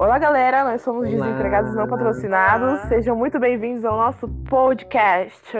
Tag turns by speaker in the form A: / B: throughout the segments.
A: Olá, galera. Nós somos
B: Olá.
A: Desempregados Não Patrocinados.
C: Olá.
A: Sejam muito bem-vindos ao nosso podcast.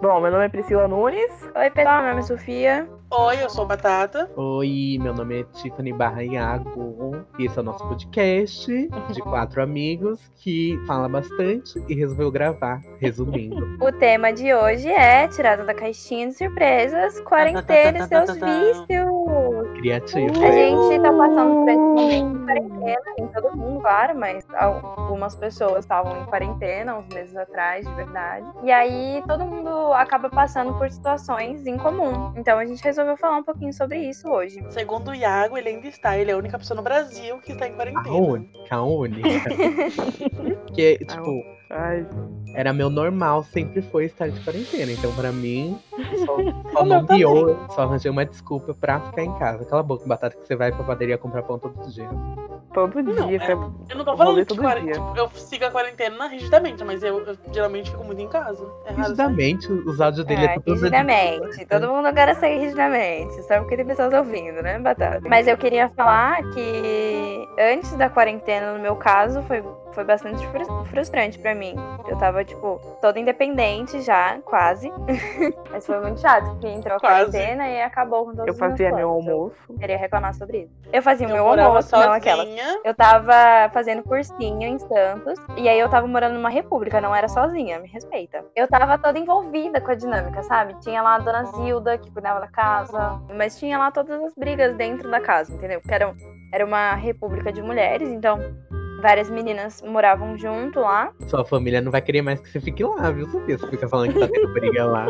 A: Bom, meu nome é Priscila Nunes.
C: Oi, pessoal, meu nome é Sofia.
D: Oi, eu sou Batata.
B: Oi, meu nome é Tiffany Barra Iago. E esse é o nosso podcast de quatro amigos que fala bastante e resolveu gravar, resumindo.
C: O tema de hoje é Tirada da Caixinha de Surpresas, Quarentena e seus vícios.
B: Criativo.
C: A gente tá passando por esse momento de quarentena, nem É, assim, todo mundo, claro, mas algumas pessoas estavam em quarentena uns meses atrás, de verdade. E aí todo mundo acaba passando por situações em comum. Então a gente resolveu falar um pouquinho sobre isso hoje.
D: Segundo o Iago, ele ainda está. Ele é a única pessoa no Brasil que está em
B: A
D: quarentena.
B: única, a única. Porque, tipo,
A: Ai,
B: era meu normal, sempre foi estar de quarentena. Então, pra mim, só, só
D: O meu
B: não piou, só arranjei uma desculpa pra ficar em casa. Cala a boca, batata, que você vai pra padaria comprar pão todo dia.
A: todo
D: Não,
A: dia.
D: é-
A: foi-
D: Eu não tô
A: Eu vou
D: falando
A: ler
D: que
A: todo
D: quaren-
A: dia.
D: tipo, eu sigo a quarentena rigidamente, mas eu, eu geralmente fico muito em casa. É raro sair.
B: Rigidamente, os áudios dele é,
C: Ah,
B: tudo
C: rigidamente. Todo mundo agora segue rigidamente. Só porque tem pessoas ouvindo, né, Batata? Mas eu queria falar que antes da quarentena, no meu caso, foi, foi bastante frus- frustrante pra mim. Eu tava, tipo, toda independente já, quase. Mas foi muito chato, porque entrou a
D: Quase.
C: quarentena e acabou com todos
A: Eu
C: os meus
A: fazia meu
C: planos.
A: almoço.
C: Eu queria reclamar sobre isso. Eu fazia o
D: Eu
C: meu
D: morava
C: almoço, não é aquela.
D: sozinha.
C: Eu tava fazendo cursinho em Santos. E aí eu tava morando numa república, não era sozinha, me respeita. Eu tava toda envolvida com a dinâmica, sabe? Tinha lá a dona Zilda, que cuidava da casa. Mas tinha lá todas as brigas dentro da casa, entendeu? Porque era, um, era uma república de mulheres, então várias meninas moravam junto lá.
B: Sua família não vai querer mais que você fique lá, viu, Sofia? Você fica falando que tá tendo briga lá.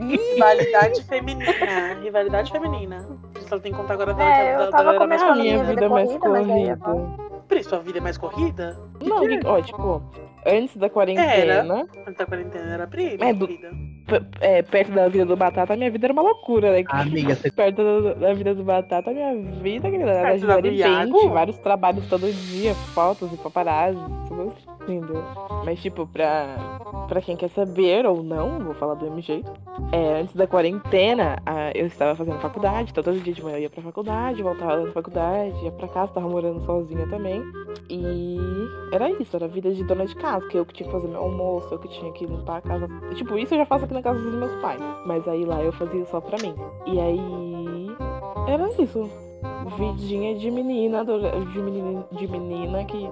D: Rivalidade feminina. Rivalidade feminina. Só tem que contar agora da,
C: É,
D: da,
C: eu
D: da
C: tava
D: galera mais
C: comendo
D: corrida.
C: minha vida é mais corrida.
D: Por isso, a vida é mais corrida?
A: Não, que- ó, tipo, antes
C: É, né?
A: da quarentena,
D: Antes da quarentena era pra ele,
A: É, do-
D: querida.
A: p- é, perto da vida do Batata, minha vida era uma loucura, né?
B: Ah, Amiga, você
A: Perto do- da vida do Batata, minha vida, querida, era
D: Perto da do
A: gigante,
D: Iago?
A: vários trabalhos todo dia, fotos e paparazzi, tudo lindo. Mas, tipo, pra, pra quem quer saber ou não, vou falar do mesmo jeito, é, antes da quarentena, ah, eu estava fazendo faculdade, então todo dia de manhã eu ia pra faculdade, voltava da faculdade, ia pra casa, tava morando sozinha também. E era isso, era a vida de dona de casa, que eu que tinha que fazer meu almoço, eu que tinha que limpar a casa. E, tipo, isso eu já faço aqui na casa dos meus pais, mas aí lá eu fazia só pra mim. E aí. Era isso. Vidinha de menina, adora- de menina, de menina que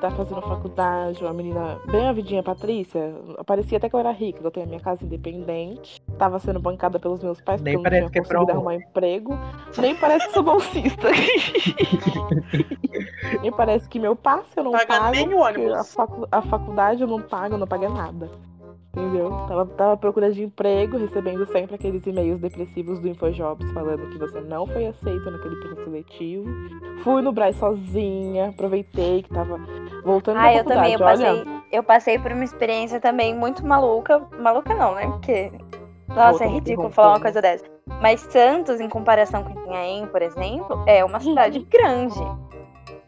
A: tá fazendo faculdade, uma menina bem a vidinha Patrícia. Parecia até que eu era rica, que eu tenho a minha casa independente. Tava sendo bancada pelos meus pais,
B: Nem
A: porque eu
B: parece
A: não
B: que é
A: tinha conseguido
B: pro-
A: arrumar emprego. Nem parece que sou bolsista. Nem parece que meu passe eu não
D: Paga
A: pago.
D: nem o
A: porque
D: ônibus.
A: A, facu- a faculdade eu não pago, eu não paguei nada. Entendeu? Tava, tava à procura de emprego, recebendo sempre aqueles e-mails depressivos do InfoJobs falando que você não foi aceito naquele processo seletivo. Fui no Braz sozinha, aproveitei que tava voltando da
C: Ah, eu também,
A: faculdade.
C: eu passei,
A: Olha,
C: eu passei por uma experiência também muito maluca. Maluca não, né? Porque. Nossa,
A: Volta,
C: é ridículo
A: volta,
C: falar uma
A: né?
C: coisa dessa. Mas Santos, em comparação com Itanhaém, por exemplo, é uma cidade grande.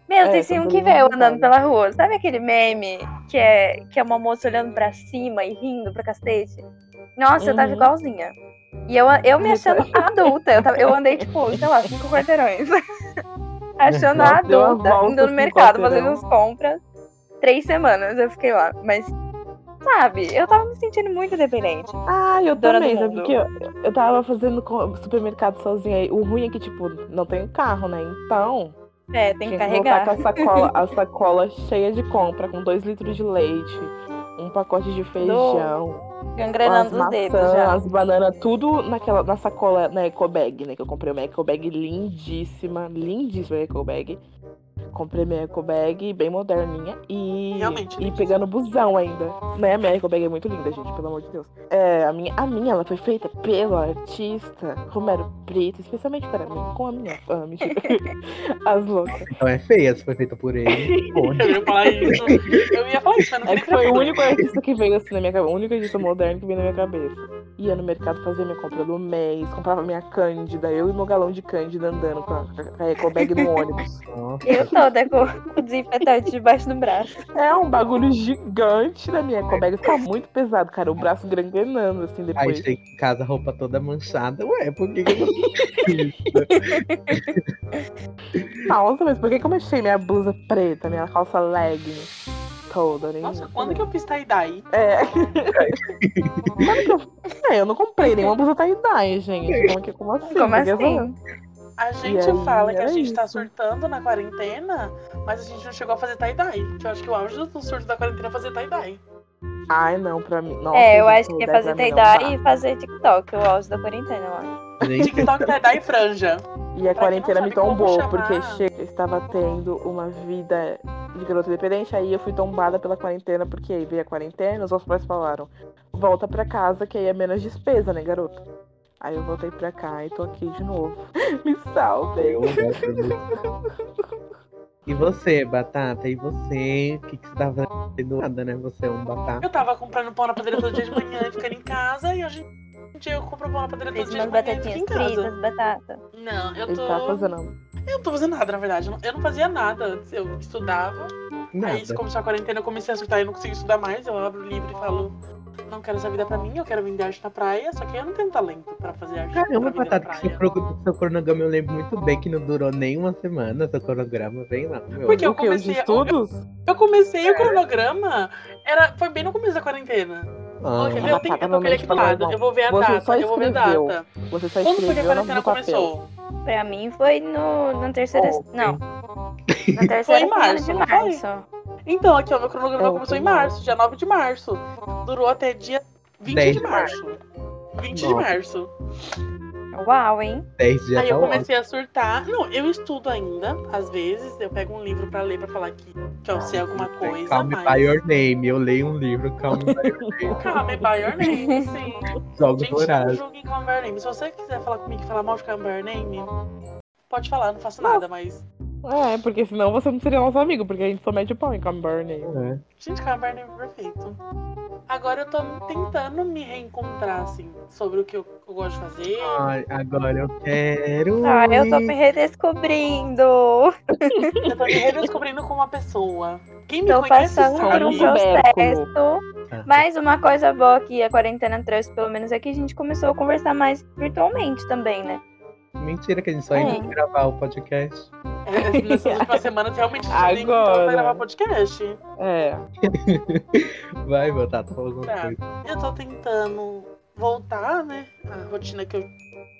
C: Meu,
A: Uhum. É,
C: vocês tinham
A: Santos
C: que
A: é
C: ver eu
A: muito
C: andando
A: grande.
C: pela rua. Sabe aquele meme que é, que é uma moça olhando pra cima e rindo pra cacete? Nossa, eu tava
A: Uhum.
C: igualzinha. E eu, eu me achando adulta. Eu, tava- eu andei, tipo, sei lá, cinco quarteirões. achando a
A: Deu uma
C: adulta,
A: volta,
C: indo no
A: assim,
C: mercado, fazendo
A: quarteirão.
C: as compras. Três semanas eu fiquei lá. Mas, sabe, eu tava me sentindo muito independente.
A: Ah, eu
C: Dona do
A: também, sabe
C: mundo.
A: porque eu, eu tava fazendo co- supermercado sozinha. aí. O ruim é que, tipo, não tenho carro, né? Então,
C: É, tem que
A: tinha que voltar
C: carregar.
A: com a sacola, a sacola cheia de compra, com dois litros de leite, um pacote de feijão. as
C: Gangrenando os
A: maçãs,
C: dedos já.
A: as bananas, tudo naquela, na sacola, na eco bag, né? Que eu comprei uma eco bag lindíssima, lindíssima eco bag. Comprei minha eco bag bem moderninha e,
D: Realmente,
A: e
D: lindíssima.
A: pegando busão ainda. Né? Minha eco bag é muito linda, gente, pelo amor de Deus. É, a minha, a minha, ela foi feita pelo artista Romero Brito, especialmente para mim, com a minha fã, mentira. as loucas.
B: então é feia, se foi feita por ele. Pô,
D: Eu ia falar isso. Eu ia falar isso, mas não
A: É
D: queria
A: que foi o
D: falar.
A: único artista que veio assim na minha cabeça, o único artista moderno que veio na minha cabeça. ia no mercado fazer minha compra do mês, comprava minha Cândida, eu e meu galão de Cândida andando com a, com a ecobag no ônibus.
B: Nossa.
C: Eu toda com o desinfetante debaixo do braço.
A: É um bagulho gigante da minha ecobag, ficava muito pesado, cara, o braço granguenando assim
B: Aí
A: depois.
B: chega em casa, a roupa toda manchada. Ué, por que, que eu não fiz isso?
A: Nossa, mas por que, que eu mexi minha blusa preta, minha calça legging toda? Nem...
D: Nossa, quando que eu fiz tie-dye?
A: É. Quando que eu... é, eu não comprei nenhuma blusa tie-dye, gente. Como, que, como assim?
C: Como
A: Porque eu
C: assim?
A: não-
D: A gente
A: aí,
D: fala que a
A: era
D: gente tá
A: isso.
D: surtando na quarentena, mas a gente não chegou a fazer tie-dye. Que eu acho que o auge do surto da quarentena é fazer tie-dye.
A: Ai, não, pra mim. Nossa,
C: é, eu
A: gente,
C: acho que é
A: tie-dye
C: fazer
A: tipo, pra um mim não
C: tie-dye e fazer TikTok, o auge da quarentena, eu acho.
B: Gente,
D: TikTok, tie-dye e franja.
A: dá. E a
D: não
A: quarentena me
D: sabe como
A: tombou,
D: chamar.
A: porque chega, eu estava tendo uma vida de garota dependente, aí eu fui tombada pela quarentena, porque aí veio a quarentena, os meus pais falaram, volta pra casa, que aí é menos despesa, né, garoto? Aí eu voltei pra cá e tô aqui de novo. me salvem.
B: eu gosto muito. E você, Batata? E você? O que, que você tá fazendo? Nada, né? Você é um batata.
D: Eu tava comprando pão na padaria todo dia de manhã e ficando em casa, e hoje em dia eu compro pão na padaria todo
C: Fiz
D: dia de
C: umas
D: manhã e fico em
C: batatinhas
D: casa.
C: fritas, batata.
D: Não, eu
A: Ele tá
D: tô.
A: fazendo.
D: Eu não tô fazendo nada, na verdade. Eu não- Eu não fazia nada. antes. Eu estudava. Aí,
B: Nada.
D: começou a quarentena, eu comecei a surtar e não consigo estudar mais. Eu abro o livro e falo, não quero essa vida pra mim, eu quero vender arte na praia. Só que eu não tenho talento pra fazer arte
B: Caramba,
D: pra vender na
B: Batata,
A: tá
B: que seu,
D: praia.
B: cro- seu cronograma eu lembro muito bem que não durou nem uma semana. Seu cronograma, vem lá. Meu.
D: Porque eu
A: o que? Os
D: comecei a-
A: estudos?
D: Eu comecei
A: É.
D: o cronograma, era, foi bem no começo da quarentena.
B: Ah,
D: eu
A: Batata,
D: tenho eu vou ver
A: realmente,
D: aqui do lado,
A: Batata,
D: eu vou ver a
A: você
D: data,
A: só
D: eu vou ver a
A: escreveu.
D: data.
A: Você só
D: Quando foi que
A: escreveu
D: a
A: o nome
D: quarentena
A: do papel.
D: começou?
C: Pra mim foi no, na terceira.
B: Ontem.
C: Não. Na terceira
D: em
C: semana
D: março,
C: de
D: não foi?
C: março.
D: Então, aqui, ó, meu cronograma
A: É,
D: começou em
A: foi em
D: março, dia 9 de março. Durou até dia 20
B: 10
D: de
B: de
D: março. 20 de
B: Nossa.
D: março.
C: Uau, hein?
B: 10 dias
D: Aí eu
B: tá ótimo.
D: comecei a surtar. Não, eu estudo ainda, às vezes. Eu pego um livro pra ler, pra falar que, que eu sei alguma coisa.
B: Calm me
D: mas...
B: by your name. Eu leio um livro, Calm me by your
D: Calm me by your name, sim.
B: name. Jogos
D: Gente, não
B: Vorazes.
D: julguem Calm by your name. Se você quiser falar comigo e falar mal de Calm by your name, pode falar, não faço
A: Não.
D: nada, mas...
A: É, porque senão você não seria nosso amigo, porque a gente só mete o pau em Come Burning.
B: É.
D: Gente, Calm by your name é perfeito. Agora eu tô tentando me reencontrar, assim, sobre o que eu, eu gosto de fazer.
B: Ai, agora eu quero.
C: Ah, eu tô
B: ir.
C: me redescobrindo.
D: Eu tô me redescobrindo como uma pessoa. Quem me
C: Tô
D: conhece
C: passando por um
A: Como um
D: sabe.
B: Tá.
C: processo. Mas uma coisa boa que a quarentena trouxe, pelo menos, é que a gente começou a conversar mais virtualmente também, né?
B: Mentira que a gente só
C: É.
B: indo gravar o podcast.
D: É, Nessas últimas semanas realmente a gente nem encontrou pra
A: Agora.
D: gravar podcast.
A: É.
B: Vai, Batata, fala alguma
D: Tá.
B: coisa.
D: Eu tô tentando voltar, né? A rotina que eu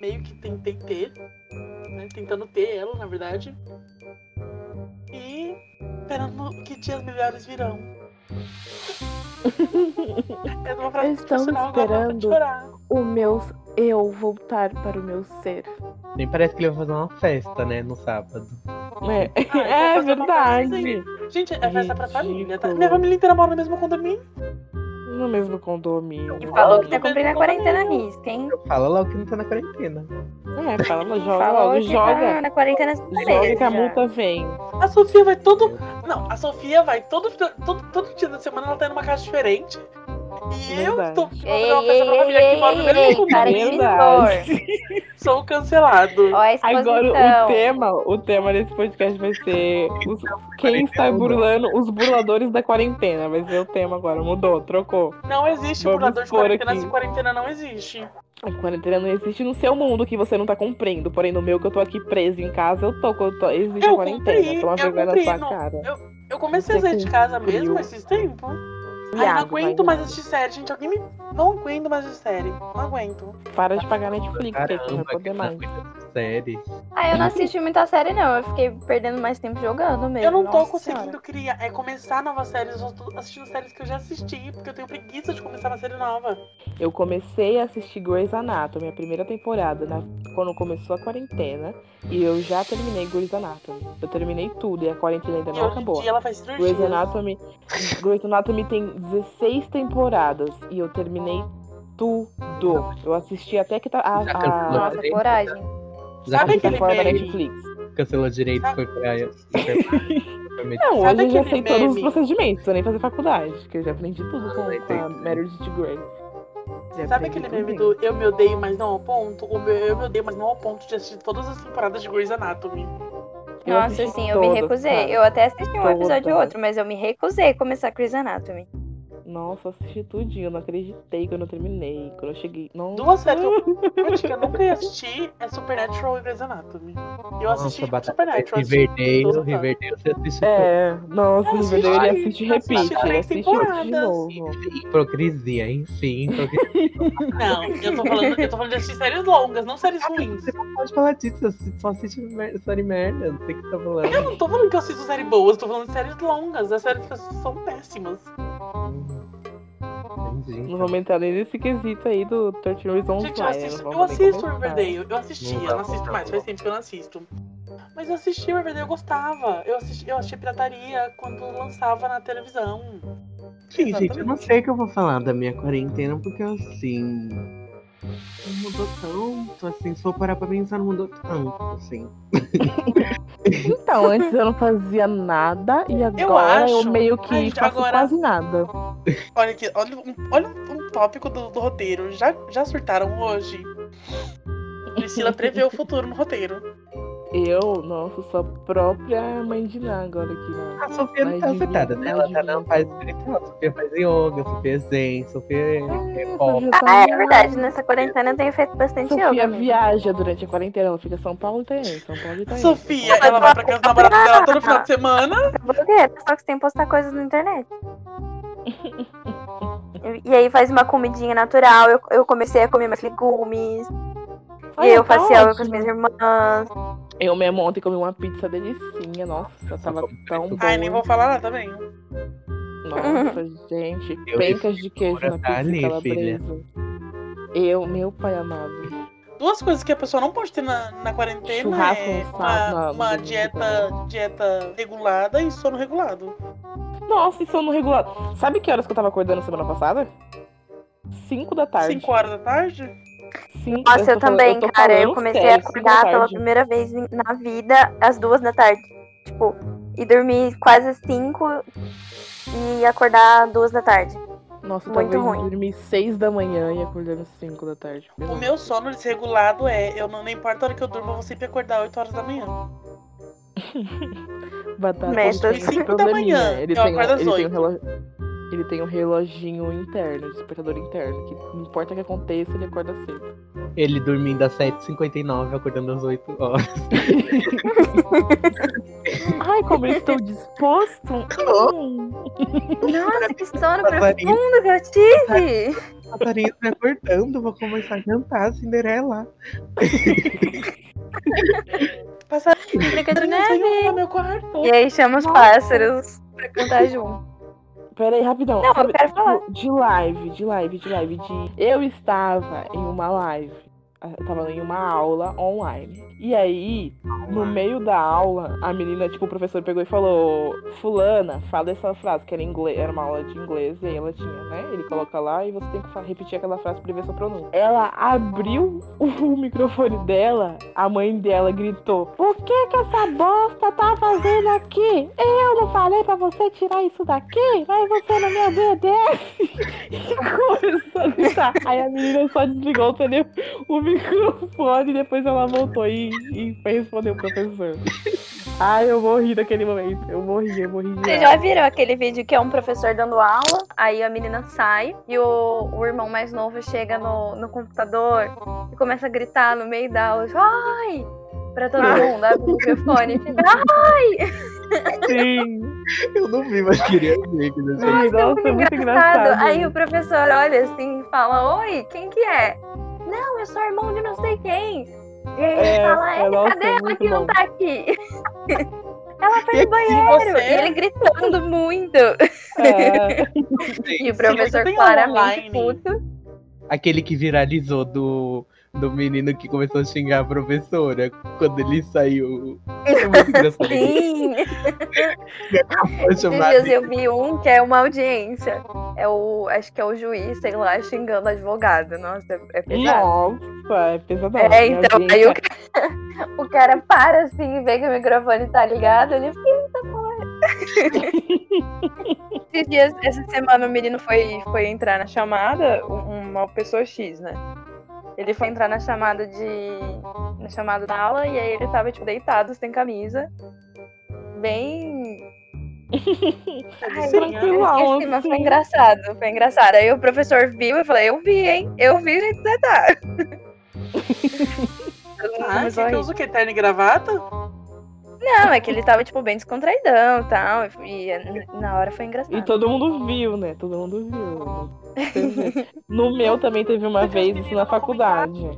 D: meio que tentei ter. Né? Tentando ter ela, na verdade. E esperando que dias melhores virão. é uma frase
A: Estamos
D: motivacional, agora dá pra
A: esperando.
D: chorar.
A: O meu eu voltar para o meu ser.
B: Nem parece que ele vai fazer uma festa, né, no sábado.
A: É,
D: Ah, eu
A: é
D: vou fazer uma coisa
A: verdade.
D: aí. Gente, é festa pra
A: Ridículo.
D: família, tá? Minha família inteira mora no mesmo condomínio.
A: No mesmo condomínio.
C: E falou que
D: Não,
C: tá cumprindo a
D: não,
C: quarentena
D: não.
C: risca, hein?
B: Fala logo que não tá na quarentena.
A: É, fala, joga
C: Falou
A: logo,
C: que tá
A: joga.
C: na quarentena
A: Joga que a
C: beleza.
A: multa vem.
D: A Sofia vai todo. Não, a Sofia vai todo, todo, todo dia da semana, ela tá numa casa diferente. E eu
A: Verdade.
D: tô fazendo
C: Ei,
D: tá uma festa pra
C: ei,
D: família que
C: ei,
D: mora no
C: ei,
D: mesmo
C: ei, para de
D: condomínio.
C: me
A: Verdade.
C: expor.
D: Sou cancelado.
C: Ó, a exposição.
A: Agora o tema, o tema desse podcast vai ser os- quem está burlando os burladores da quarentena. Vai ser o tema agora. Mudou, trocou.
D: Não existe
A: Vamos
D: burlador de
A: expor
D: quarentena
A: aqui.
D: se quarentena não existe.
A: A quarentena não existe no seu mundo que você não tá cumprindo. Porém, no meu que eu tô aqui preso em casa, eu tô. eu tô- existe
D: Eu
A: a quarentena.
D: cumpri,
A: Toma
D: eu
A: vergonha na
D: cumpri,
A: sua
D: não.
A: cara.
D: Eu comecei a
A: Você
D: sair de casa
A: cumpriu.
D: mesmo esses tempos. Ai, não
A: Viado, vai,
D: aguento mais assistir série, gente. Alguém me. Não aguento mais assistir série. Não aguento.
A: Para de pagar Netflix, porque aqui não
B: Caramba, que
A: poder mais.
B: coisa séria.
C: Ah, eu não assisti muita série, não. Eu fiquei perdendo mais tempo jogando mesmo.
D: eu não tô
C: Nossa
D: conseguindo
C: Senhora.
D: criar. É começar novas séries. Eu tô assistindo séries que eu já assisti, porque eu tenho preguiça de começar uma série nova.
A: Eu comecei a assistir Grey's Anatomy, a primeira temporada, na- quando começou a quarentena, e eu já terminei Grey's Anatomy. Eu terminei tudo e a quarentena ainda
D: E
A: não
D: hoje em
A: acabou.
D: dia ela faz cirurgia.
A: Grey's Anatomy, Grey's Anatomy tem 16 temporadas e eu terminei tudo. Eu assisti até que tá a,
B: Já
A: a,
B: cancelou.
A: a
C: Nossa, coragem.
B: Já
D: Sabe aquele
A: temporada da
D: meme?
A: Netflix.
B: cancelou direito, foi pra. foi medicina.
A: Não,
D: Sabe
A: hoje eu já sei
D: aquele
A: todos os
D: meme?
A: procedimentos, eu nem fazer faculdade, que eu já aprendi tudo com,
B: Ah,
A: com a
B: entendi.
A: Meredith Grey. Já aprendi
D: Sabe aquele
A: com
D: meme
A: gente.
D: do Eu Me Odeio, mas não ao ponto? O meu Eu Me Odeio, mas não ao ponto de assistir todas as temporadas de Grey's Anatomy.
A: Eu
C: Nossa,
A: assisti
C: sim, eu me
A: todas,
C: recusei.
A: cara.
C: Eu até assisti um
A: Todas.
C: episódio ou outro, mas eu me recusei a começar Grey's Anatomy.
A: Nossa, eu assisti tudinho, eu não acreditei quando eu terminei. Quando eu cheguei. Não,
D: Duas séries que eu acho que eu nunca ia assistir é Supernatural e Grey's Anatomy. Eu assisti Supernatural. assisti
B: Riverdale,
D: todas.
B: Riverdale, você assiste
A: É, nossa,
D: Eu
A: o Riverdale ele assiste
D: assisti-
A: e
D: eu assisti
A: repite. Ele
D: três
A: assiste de
D: temporadas.
A: novo.
B: Hipocrisia, enfim. Hipocrisia.
D: Não, eu tô falando, eu tô falando de assistir séries longas, não séries ruins.
B: Você não pode falar disso, você só assiste mer- série merda, não sei o que você tá
D: Eu
B: falando.
D: não tô falando que eu assisto séries boas, tô falando de séries longas. As séries que eu assisto são péssimas.
B: Entendi.
A: Não vamos entrar nem nesse quesito aí do 13 Reasons
D: Gente, eu
A: Why. né?
D: assisto,
A: Não
D: eu
A: vamos nem
D: assisto
A: comentar.
D: Riverdale. Eu assisti,
B: Não
D: eu
B: dá
D: não assisto
B: pra
D: mais, faz tempo que eu não assisto. Mas eu assisti Riverdale, eu gostava. Eu assisti, eu assisti Pirataria quando lançava na televisão.
B: Sim, gente, eu não sei o que eu vou falar da minha quarentena, porque assim. Não mudou tanto, assim, se for parar pra pensar, não mudou tanto, assim.
A: Então, antes eu não fazia nada e agora eu,
D: acho-
A: meio que
D: Ai, gente,
A: faço
D: agora-
A: quase nada.
D: Olha aqui, olha um, olha um tópico do, do roteiro. Já, já surtaram hoje? Priscila prevê o futuro no roteiro.
A: Eu, nossa, sou a própria mãe de Ná agora aqui, né?
B: A Sofia não
A: Mas
B: tá
A: devia-
B: afetada, né? Ela tá na
A: devia-
B: paz espiritual. A Sofia faz yoga, a Sofia é zen, a Sofia é pop.
C: Ah, é verdade. Nessa quarentena eu tenho feito bastante
A: Então, Sofia
C: yoga. mesmo.
A: viaja durante a quarentena, ela fica em São Paulo e Itaém, São Paulo e tá Itaém.
D: Sofia, ela vai pra casa do namorado dela todo final de semana.
C: Eu vou ver, Só que sem postar coisas na internet. E- e aí faz uma comidinha natural. Eu, eu comecei a comer mais legumes.
A: Ai,
C: e eu
A: tá
C: fazia yoga com as
A: ótimo.
C: minhas irmãs.
A: Eu mesmo ontem comi uma pizza delicinha, nossa, tava
B: é
A: tão bom.
D: Ai, nem vou falar nada também.
A: Nossa, gente,
B: Eu
A: pencas de queijo
B: fora
A: na
B: tá
A: pizza
B: ali, filha.
A: calabresa. Eu, meu pai amado.
D: Duas coisas que a pessoa não pode ter na, na quarentena
A: Churrasco um
D: é
A: no sábado,
D: uma,
A: na-
D: uma
A: no
D: dieta, dieta regulada e sono regulado.
A: Nossa, e sono regulado. Sabe que horas que eu tava acordando semana passada? Cinco da tarde.
D: Cinco horas da tarde?
A: Cinco-
C: Nossa, eu,
A: tô falando-
C: também,
A: tô
C: cara. Eu
A: falando
C: comecei a
A: sério, cinco da
C: acordar pela
A: tarde.
C: primeira vez em- na vida às duas da tarde. Tipo, e dormir quase às cinco e acordar às duas da tarde.
A: Nossa, eu
C: Muito
A: talvez
C: ruim.
A: dormi seis da manhã e acordando cinco da tarde.
D: O meu sono desregulado é, eu não, não importa a hora que eu durmo, eu vou sempre acordar 8 horas da manhã.
A: Batata
C: Metas.
A: tem esse
D: Cinco da
A: probleminha.
D: manhã,
A: Ele
D: eu
A: tem, um-
D: acordo às
A: ele, tem um
D: oito.
A: relo- ele tem um reloginho interno, despertador interno, que não importa o que aconteça, ele acorda cedo.
B: Ele dormindo às 7h59, acordando às 8 horas.
A: Ai, como eu estou disposto! Hum.
C: Nossa, que sono
B: Passarinho.
C: profundo que eu tive!
B: passarinhos me tá acordando, vou começar a cantar Cinderela.
D: Passar
C: Branca
A: Né,
C: de
D: no
C: neve!
D: meu quarto.
C: E aí chama os
A: Nossa.
C: pássaros pra cantar junto.
A: Pera aí, rapidão.
C: Não, eu
A: Sabe,
C: quero
A: tipo,
C: falar.
A: De live, de live, de live. De... Eu estava em uma live. ah, Eu tava em uma aula online. E aí, No meio da aula, a menina, tipo, o professor pegou e falou: Fulana, fala essa frase, que era, inglês, era uma aula de inglês, e aí ela tinha, né? Ele coloca lá e você tem que fa- repetir aquela frase pra ele ver sua pronúncia. Ela abriu o microfone dela, a mãe dela gritou: O que que essa bosta tá fazendo aqui? Eu não falei pra você tirar isso daqui, mas você não me obedece. E começou a gritar. Aí a menina só desligou o telefone o microfone e depois ela voltou e, e foi responder o professor. Ai, eu morri naquele momento. Eu morri, eu morri de
C: Vocês já
A: raiva.
C: viram aquele vídeo que é um professor dando aula, aí a menina sai e o, o irmão mais novo chega no, no computador e começa a gritar no meio da aula, ai! Pra todo
A: Ah.
C: mundo, abre o microfone e fica, "Ah,
A: Sim.
B: Eu não vi, mas queria ver. Que desse jeito.
A: Ai,
C: é
A: nossa, é muito engraçado.
C: Aí o professor olha assim e fala, oi, quem que é? Não, eu sou irmão de não sei quem. E aí ele
A: É,
C: fala,
A: é,
C: é,
A: nossa,
C: cadê
A: é
C: ela
A: muito
C: que não
A: bom.
C: tá aqui? ela foi
B: E
C: no banheiro. E ele gritando muito.
A: É,
C: E
D: mas
C: o professor
D: tem aula
C: claramente
D: online.
C: puto.
B: Aquele que viralizou do, do menino que começou a xingar a professora quando ele saiu. É muito engraçado.
C: Sim.
B: Foi
C: Esses
B: chamado-
C: dias eu vi um que é uma audiência. É o, acho que é o juiz, sei lá, xingando advogado. Nossa, é é
A: Hum.
C: pesado.
A: nossa, é pesadão.
C: É, então,
A: Minha
C: aí o
A: gente,
C: cara, o cara para assim e vê que o microfone tá ligado, ele fica, eita porra. tá Esses dias, essa semana, o menino foi, foi entrar na chamada, um- uma pessoa X, né? Ele foi entrar na chamada de. na chamada da aula, e aí ele tava, tipo, deitado, sem camisa. Bem. Ai,
D: Sim,
A: tranquilo.
C: eu esqueci,
A: Sim.
C: mas foi engraçado, foi engraçado. Aí o professor viu e falou, eu vi, hein? Eu vi o jeito que você tá. Todo mundo
D: Ah,
C: começou a
D: você que
C: rir.
D: usa o quê? Terno e gravata?
C: Não, é que ele tava, tipo, bem descontraidão e tal. E e na hora foi engraçado.
A: E todo mundo viu, né? Todo mundo viu. No meu também teve uma vez isso na faculdade.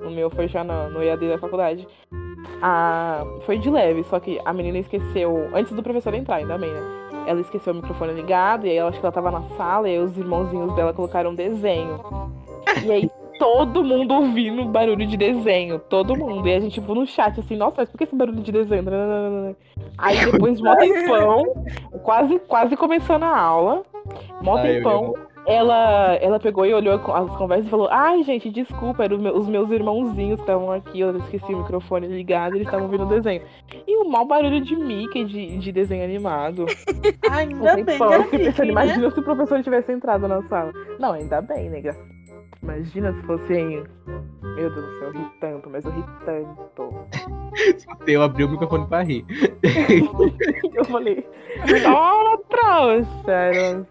A: No meu foi já no, no EAD da faculdade. Ah, foi de leve, só que a menina esqueceu, antes do professor entrar, ainda bem, né? Ela esqueceu o microfone ligado, e aí ela acho que ela tava na sala, e aí os irmãozinhos dela colocaram um desenho. E aí todo mundo ouvindo barulho de desenho, todo mundo. E a gente, tipo, no chat, assim, nossa, mas por que esse barulho de desenho? Aí depois, mó tempão, quase, quase começando a aula. Mó
B: Ai, eu
A: tempão. Ela, ela pegou e olhou co- as conversas e falou: Ai, gente, desculpa, eram os meus- os meus irmãozinhos que estavam aqui, eu esqueci o microfone ligado, eles estavam vendo o desenho. E o mau barulho de Mickey de, de desenho animado.
D: Ainda bem,
A: Tempão, eu fiquei
D: né,
A: pensando,
D: Vicky, né?
A: imagina se o professor tivesse entrado na sala. Não, ainda bem, nega. Imagina se fosse. em- Meu Deus do céu, eu ri tanto, mas eu ri tanto.
B: Eu abri o microfone pra rir.
A: Eu falei, toma, trouxa! Era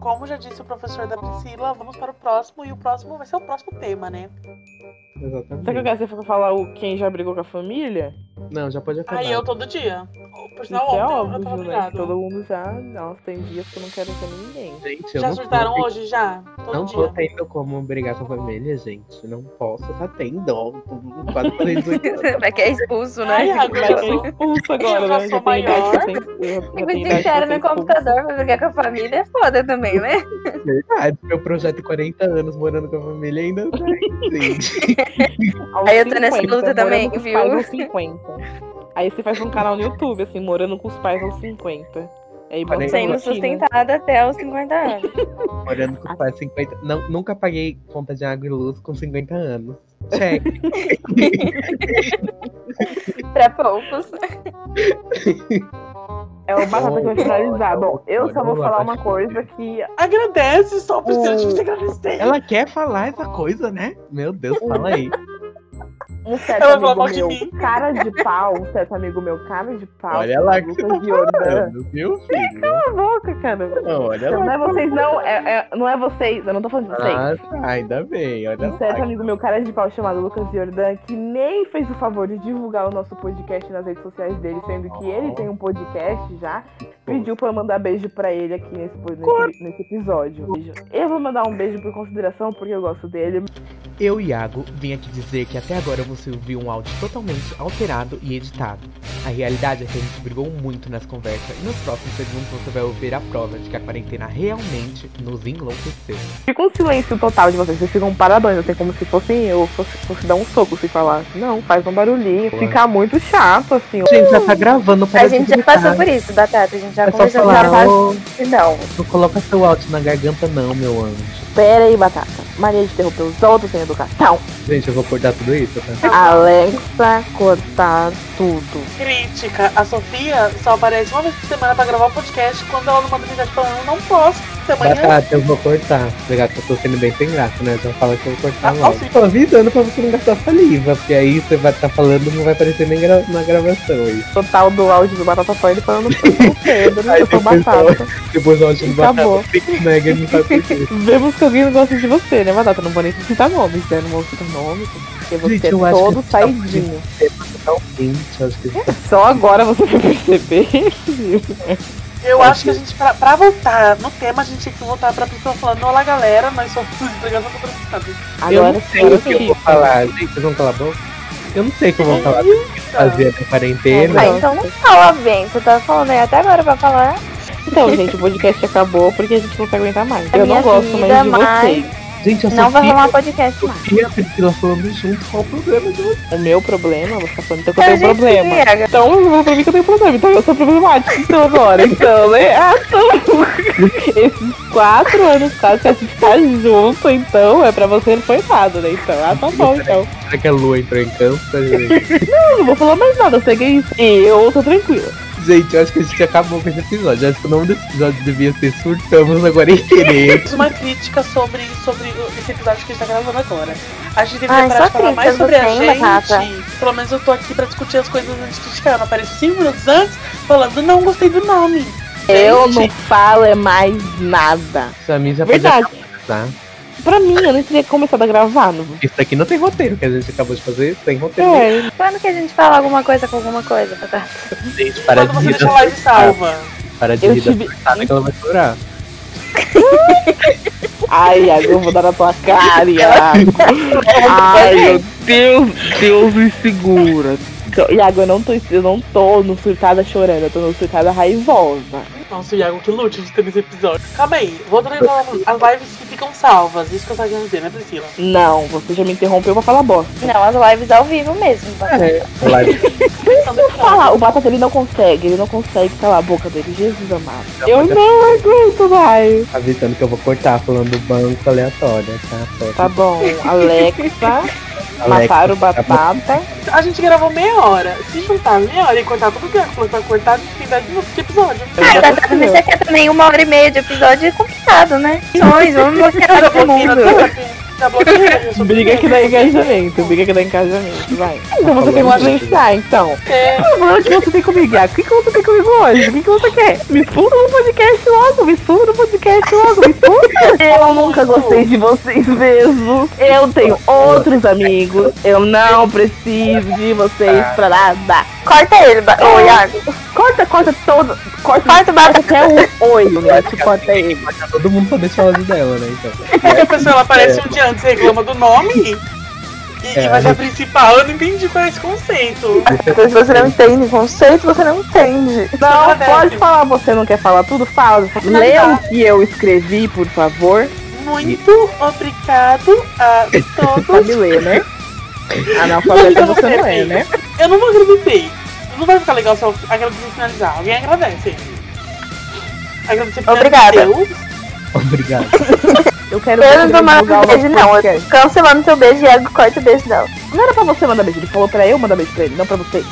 D: Como já disse o professor da Priscila, vamos para o próximo e o próximo vai ser o próximo tema, né? Tá
A: Será que eu
B: Exatamente.
A: quero que você for falar o quem já brigou com a família?
B: Não, já pode acabar.
D: Aí eu todo dia. Por
A: Isso
D: sinal,
A: é
D: ontem eu tava
A: óbvio, né?
D: brigado.
A: Que Todo mundo já. Nossa, tem dias que eu não quero ver ninguém.
B: Gente, eu
D: Já
B: não
D: surtaram
B: tô,
D: hoje, já? Todo
B: Não tô
D: dia.
B: tendo como brigar com a família, gente. Não posso, tá tendo. Quase falei 18 anos.
C: Vai que é expulso, né?
D: Ai, Iago,
A: Vai
D: eu
A: ser
D: sou-
A: expulso agora,
D: eu já
A: né?
D: sou
A: tem idade,
D: maior.
A: já tem- já tem
C: Fico
A: idade pra
C: sincero
A: ser
C: no
A: expulso.
C: computador pra brigar com a família é foda também, né?
B: Verdade, meu projeto de 40 anos morando com a família ainda tá aí, gente.
A: Aos
C: Aí eu tô nessa
A: 50,
C: luta também,
A: morando com os
C: viu?
A: pais aos 50. Aí você faz um canal no YouTube, assim, morando com os pais aos 50. Aí bota
B: Olha aí.
A: uma
C: Sendo
A: rotina.
C: sustentada até os 50 anos.
B: Morando
C: Ah.
B: com os pais 50. é Não, nunca paguei conta de água e luz com 50 anos. Check.
C: Pra poucos.
A: É o batata que vai finalizar.
B: Olha,
A: Bom, eu só vou
B: olha,
A: falar uma
B: olha.
A: coisa que
D: Agradece, só precisa de
A: O-
D: você agradecer.
B: Ela quer falar essa coisa, né? Meu Deus, fala aí.
A: um certo
D: Ela falou
A: amigo
D: mal de
A: meu,
D: mim.
A: cara de pau, um certo amigo meu, cara de pau.
B: Olha lá o que você
A: Lucas
B: tá
A: Giordan.
B: falando, viu, filho?
A: Cala a boca, cara.
B: Não, olha
A: Não,
B: lá.
A: é vocês, não. É, é- não é vocês. Eu não tô falando de vocês.
B: Ah, tá, ainda bem, olha
A: Um certo
B: lá.
A: amigo meu, cara de pau, chamado Lucas Jordan, que nem fez o favor de divulgar o nosso podcast nas redes sociais dele, sendo que ele tem um podcast já, pediu pra eu mandar beijo pra ele aqui nesse, po- nesse, nesse episódio. Beijo. Eu vou mandar um beijo por consideração, porque eu gosto dele.
B: Eu, Iago, vim aqui dizer que até agora você ouviu um áudio totalmente alterado e editado. A realidade é que a gente brigou muito nas conversas e nos próximos segundos você vai ouvir a prova de que a quarentena realmente nos enlouqueceu.
A: Fica um silêncio total de vocês, vocês ficam paradões, assim, como se fossem eu, fosse, fosse dar um soco se falar. Não, faz um barulhinho,
B: Ué.
A: fica muito chato, assim.
B: Gente, já tá gravando para
C: A gente já passou por isso, Batata. A gente já
B: É só
C: conversou
B: falar,
A: tá
C: várias
B: "Ô,
A: assim,
C: vezes, Não.
B: não coloca seu áudio na garganta não, meu anjo.
A: Pera aí, batata. Maria de interrompeu os outros sem educação.
B: Gente, eu vou cortar tudo isso, tá?
A: Alexa, cortar tudo.
D: Crítica. A Sofia só aparece uma vez por semana pra gravar o podcast. Quando ela não manda mensagem falando, eu não posso. Até amanhã.
B: Batata, eu vou cortar. Legal que eu tô sendo bem sem graça, né? Já fala que eu vou cortar
D: Ah,
B: logo.
D: sim.
B: Tô avisando pra você não gastar saliva, porque aí você vai estar falando não vai aparecer nem gra- na gravação aí.
A: Total do áudio do Batata foi ele falando pro Pedro,
B: Aí
A: eu sou
B: depois
A: Batata.
B: Depois o áudio do
A: Acabou.
B: Batata fica mega e não sabe por quê.
A: Vemos que alguém não gosta de você, né, Batata? Não vou nem citar nomes, né? Não vou citar nomes, porque você
B: Gente,
A: é
B: eu acho que
A: todo
B: esse tá fudido.
A: saidinho.
B: Totalmente, tá um acho que
A: Só agora você vai perceber.
D: Eu acho que a gente, pra, pra voltar no tema, a gente tinha que voltar pra pessoa falando: Olá, galera, nós somos desligados do
B: eu
A: Agora
B: não sei o que eu
A: sim.
B: vou falar. Gente, vocês vão calar a boca? Eu não sei o que eu vou falar. Eu fazer na quarentena.
A: Ai,
C: Ah, então não fala bem. Você tá falando aí até agora pra falar.
A: Então, gente, o podcast acabou porque a gente não se aguenta mais.
C: A
A: Eu não
C: minha
A: gosto mais de
C: vida,
A: vocês.
B: Gente, eu
C: Não vai
B: Sofia,
C: rolar podcast mais.
B: Sofia e a Priscila falando junto. Qual o problema de vocês?
A: O meu problema, você tá falando então que eu
C: Então,
A: tenho
C: gente,
A: problema.
C: Iago,
A: Então, você falou pra mim que eu tenho problema, então eu sou problemática então agora. Então, né? Ah, então. Esses quatro anos quase que a gente tá junto, então, é pra você não foi nada, né? Então, ah, tá bom, então.
B: Será que a lua entrou em campo? Tá, gente?
A: Eu não vou falar mais nada, eu sei que é isso. Eu tô tranquila.
B: Gente, eu acho que a gente acabou com esse episódio. Eu Acho que o nome do episódio devia ser Surtamos na Quarentena.
D: Fiz uma crítica sobre, sobre esse episódio que a gente tá gravando agora. A gente deveria
C: Ai,
D: parar
C: só
D: de falar mais
C: críticas
D: sobre a
C: você,
D: gente.
C: hein, Batata?
D: Pelo menos eu tô aqui pra discutir as coisas antes de criticar. Eu não apareço 5 minutos antes falando, não gostei do nome.
A: Eu
D: Gente,
A: não falo é mais nada.
B: Samir já pode
A: Verdade.
B: acabar.
A: Pra mim, eu nem teria começado a gravar. Não.
B: Isso aqui não tem roteiro, que a gente acabou de fazer sem roteiro.
A: É,
C: Quando que a gente fala alguma coisa com alguma coisa, Batata?
B: Gente, para
D: Quando você
B: de
D: deixa a live salva.
B: Para de
A: eu
B: rir da
A: tive.
B: surtada que ela vai chorar.
A: Ai, Iago, eu vou dar na tua cara, Iago. Ai, meu Deus, Deus me segura. Então, Iago, eu não tô, eu não tô no surtada chorando, eu tô no surtada raivosa.
D: Nossa, o Iago, que lute de ter esse episódio. Calma aí, vou terminar as lives que ficam salvas. Isso que eu tava querendo dizer, né, Priscila?
A: Não, você já me interrompeu pra falar bosta.
C: Não, as lives ao vivo mesmo, Batata.
B: Live
D: Então, deixa eu falar.
A: Fala, o Batata ele não consegue, ele não consegue calar a boca dele, Jesus amado.
B: Não,
A: Eu
B: mas é-
A: não aguento mais.
B: avisando que eu vou cortar falando do banco aleatório, tá?
A: Tá bom, Alexa, mataram o Batata.
D: A gente gravou meia hora. Se juntar meia hora e cortar tudo que eu falei cortar, a gente tem 10 minutos de episódio.
A: Eu já
C: Batata, mas você quer também uma hora e meia de episódio é complicado, né? Nós, vamos bloquear
D: Já
C: todo
D: bloqueei na
C: mundo.
D: Já bloqueei. tá eu sou
A: Briga que
D: primeira.
A: dá engajamento, briga que dá engajamento, vai. Então você tem que me influenciar, então.
D: É,
A: Por favor, o que você tem comigo, Iago? O que que você tem comigo hoje? O que que você quer? Me expulsa do podcast logo, me expulsa do podcast logo, me expulsa. Eu nunca gostei de vocês mesmo. Eu tenho outros amigos. Eu não preciso de vocês pra nada.
C: Corta ele, ba... ô Iago.
A: Corta, corta todo. Corta, corta, até o olho, né? Te corta aí.
B: Todo mundo só deixa a dela, né? Então.
D: é a pessoa ela aparece um dia antes e reclama do nome e,
B: É,
D: e
B: a
D: vai ser a
B: gente-
D: principal. Eu não entendi qual é esse conceito.
C: Então, Se você não entende conceito, você não entende.
A: Não,
D: Acontece.
A: pode falar, você não quer falar tudo? Fala. Lê o que eu escrevi, por favor.
D: Muito obrigado a todos.
A: Sabe ler, né? Analfabeta
D: Não,
A: você não é,
D: perfeito.
A: né?
D: Eu não vou agradecer. Não vai ficar legal se eu agradecer e finalizar. Alguém agradece. Agradecer primeiro
C: Obrigada.
D: a Deus.
B: Obrigado.
A: Eu quero
C: Eu não
A: você
C: tô mandando
A: divulgar o
C: beijo,
A: nosso
C: não. Eu
A: podcast.
C: tô cancelando seu beijo, Iago. Corta o beijo, não.
A: Não era pra você mandar beijo, ele falou pra eu mandar beijo pra ele, não pra você.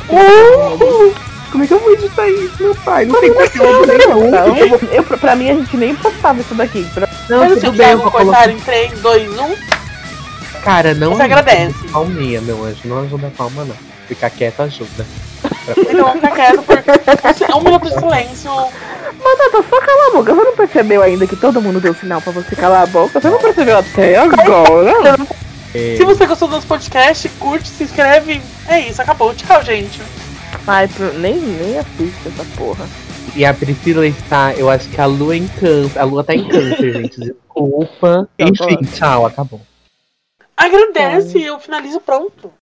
B: Como é que eu vou editar isso, meu pai? Não tem conteúdo
A: Então,
B: nenhum.
A: eu, vou- eu- pra mim, a gente nem postava isso daqui. Pra-
B: Não,
D: Mas
B: tudo bem,
D: assim,
B: eu
D: Thiago,
B: vou
D: cortar
B: colocar.
D: em um, 3, 2, 1.
B: Cara, não.
D: Você agradece.
B: Palminha, meu anjo. Não ajuda a palma, não. Ficar quieto ajuda.
D: Então vou ficar quieto por um minuto de silêncio.
A: Batata, só cala a boca. Você não percebeu ainda que todo mundo deu sinal pra você calar a boca? Você não percebeu até agora?
B: É,
D: Se você gostou do nosso podcast, curte, se inscreve. É isso, acabou. Tchau, gente.
A: Ai, pro- nem, nem assiste essa porra.
B: E a Priscila está, eu acho que a lua em câncer. A lua tá em câncer, gente. Desculpa.
A: Tá
B: Enfim,
A: bom.
B: tchau, acabou.
D: Agradece, eu finalizo pronto.